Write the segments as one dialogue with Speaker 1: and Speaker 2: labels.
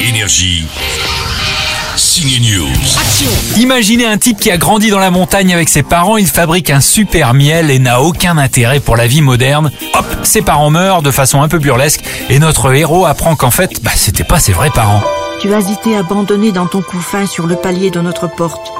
Speaker 1: Énergie. Signe News.
Speaker 2: Imaginez un type qui a grandi dans la montagne avec ses parents, il fabrique un super miel et n'a aucun intérêt pour la vie moderne. Hop, ses parents meurent de façon un peu burlesque et notre héros apprend qu'en fait, bah, c'était pas ses vrais parents.
Speaker 3: Tu as été abandonné dans ton couffin sur le palier de notre porte.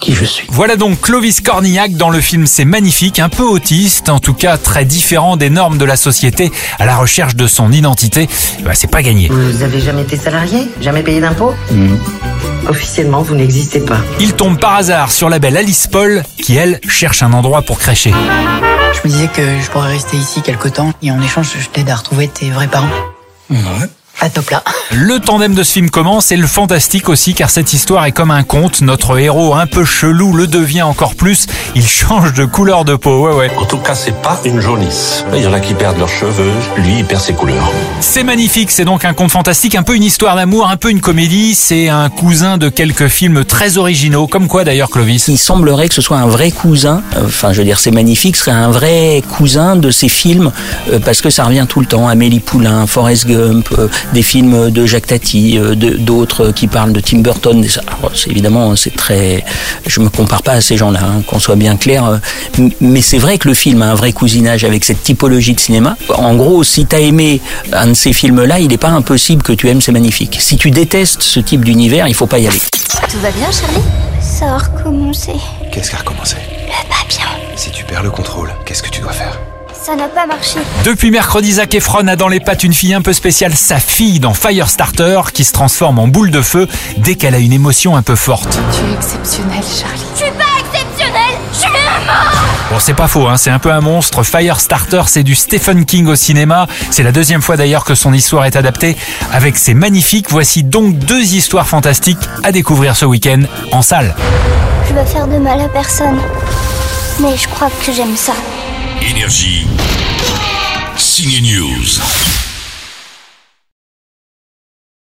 Speaker 4: qui je suis.
Speaker 2: Voilà donc Clovis Cornillac dans le film C'est magnifique, un peu autiste, en tout cas très différent des normes de la société à la recherche de son identité. Bah, c'est pas gagné.
Speaker 4: Vous avez jamais été salarié Jamais payé d'impôts Officiellement, vous n'existez pas.
Speaker 2: Il tombe par hasard sur la belle Alice Paul qui, elle, cherche un endroit pour crécher.
Speaker 5: Je me disais que je pourrais rester ici quelque temps et en échange, je t'aide à retrouver tes vrais parents. À top là.
Speaker 2: Le tandem de ce film commence et le fantastique aussi car cette histoire est comme un conte. Notre héros un peu chelou le devient encore plus. Il change de couleur de peau. Ouais ouais.
Speaker 6: En tout cas, c'est pas une jaunisse. Il y en a qui perdent leurs cheveux, lui, il perd ses couleurs.
Speaker 2: C'est magnifique. C'est donc un conte fantastique, un peu une histoire d'amour, un peu une comédie. C'est un cousin de quelques films très originaux, comme quoi d'ailleurs Clovis.
Speaker 7: Il semblerait que ce soit un vrai cousin, euh, enfin je veux dire c'est magnifique, ce serait un vrai cousin de ces films, euh, parce que ça revient tout le temps, Amélie Poulain, Forrest Gump, euh, des films de Jacques Tati, euh, de- d'autres euh, qui parlent de Tim Burton. des- alors, c'est- évidemment hein, c'est très... Je me compare pas à ces gens-là, hein, qu'on soit bien clair, euh, m- mais c'est vrai que le film a un vrai cousinage avec cette typologie de cinéma. En gros, si t'as aimé un de ces films-là, il n'est pas impossible que tu aimes, c'est magnifique. Si tu détestes ce type d'univers, il faut pas y aller.
Speaker 8: Tout va bien, Charlie Ça a recommencé.
Speaker 9: Qu'est-ce qui a recommencé
Speaker 8: Pas bien.
Speaker 9: Si tu perds le contrôle, qu'est-ce que tu dois faire
Speaker 8: Ça n'a pas marché.
Speaker 2: Depuis mercredi, Zac Efron a dans les pattes une fille un peu spéciale, sa fille dans Firestarter, qui se transforme en boule de feu dès qu'elle a une émotion un peu forte.
Speaker 10: Tu es exceptionnel, Charlie.
Speaker 8: Je suis pas exceptionnel Je suis un
Speaker 2: Bon, c'est pas faux, hein, c'est un peu un monstre. Firestarter, c'est du Stephen King au cinéma. C'est la deuxième fois d'ailleurs que son histoire est adaptée. Avec ses magnifiques, voici donc deux histoires fantastiques à découvrir ce week-end en salle.
Speaker 8: Je vais faire de mal à personne. Mais je crois que j'aime ça.
Speaker 1: Énergie. Signe News.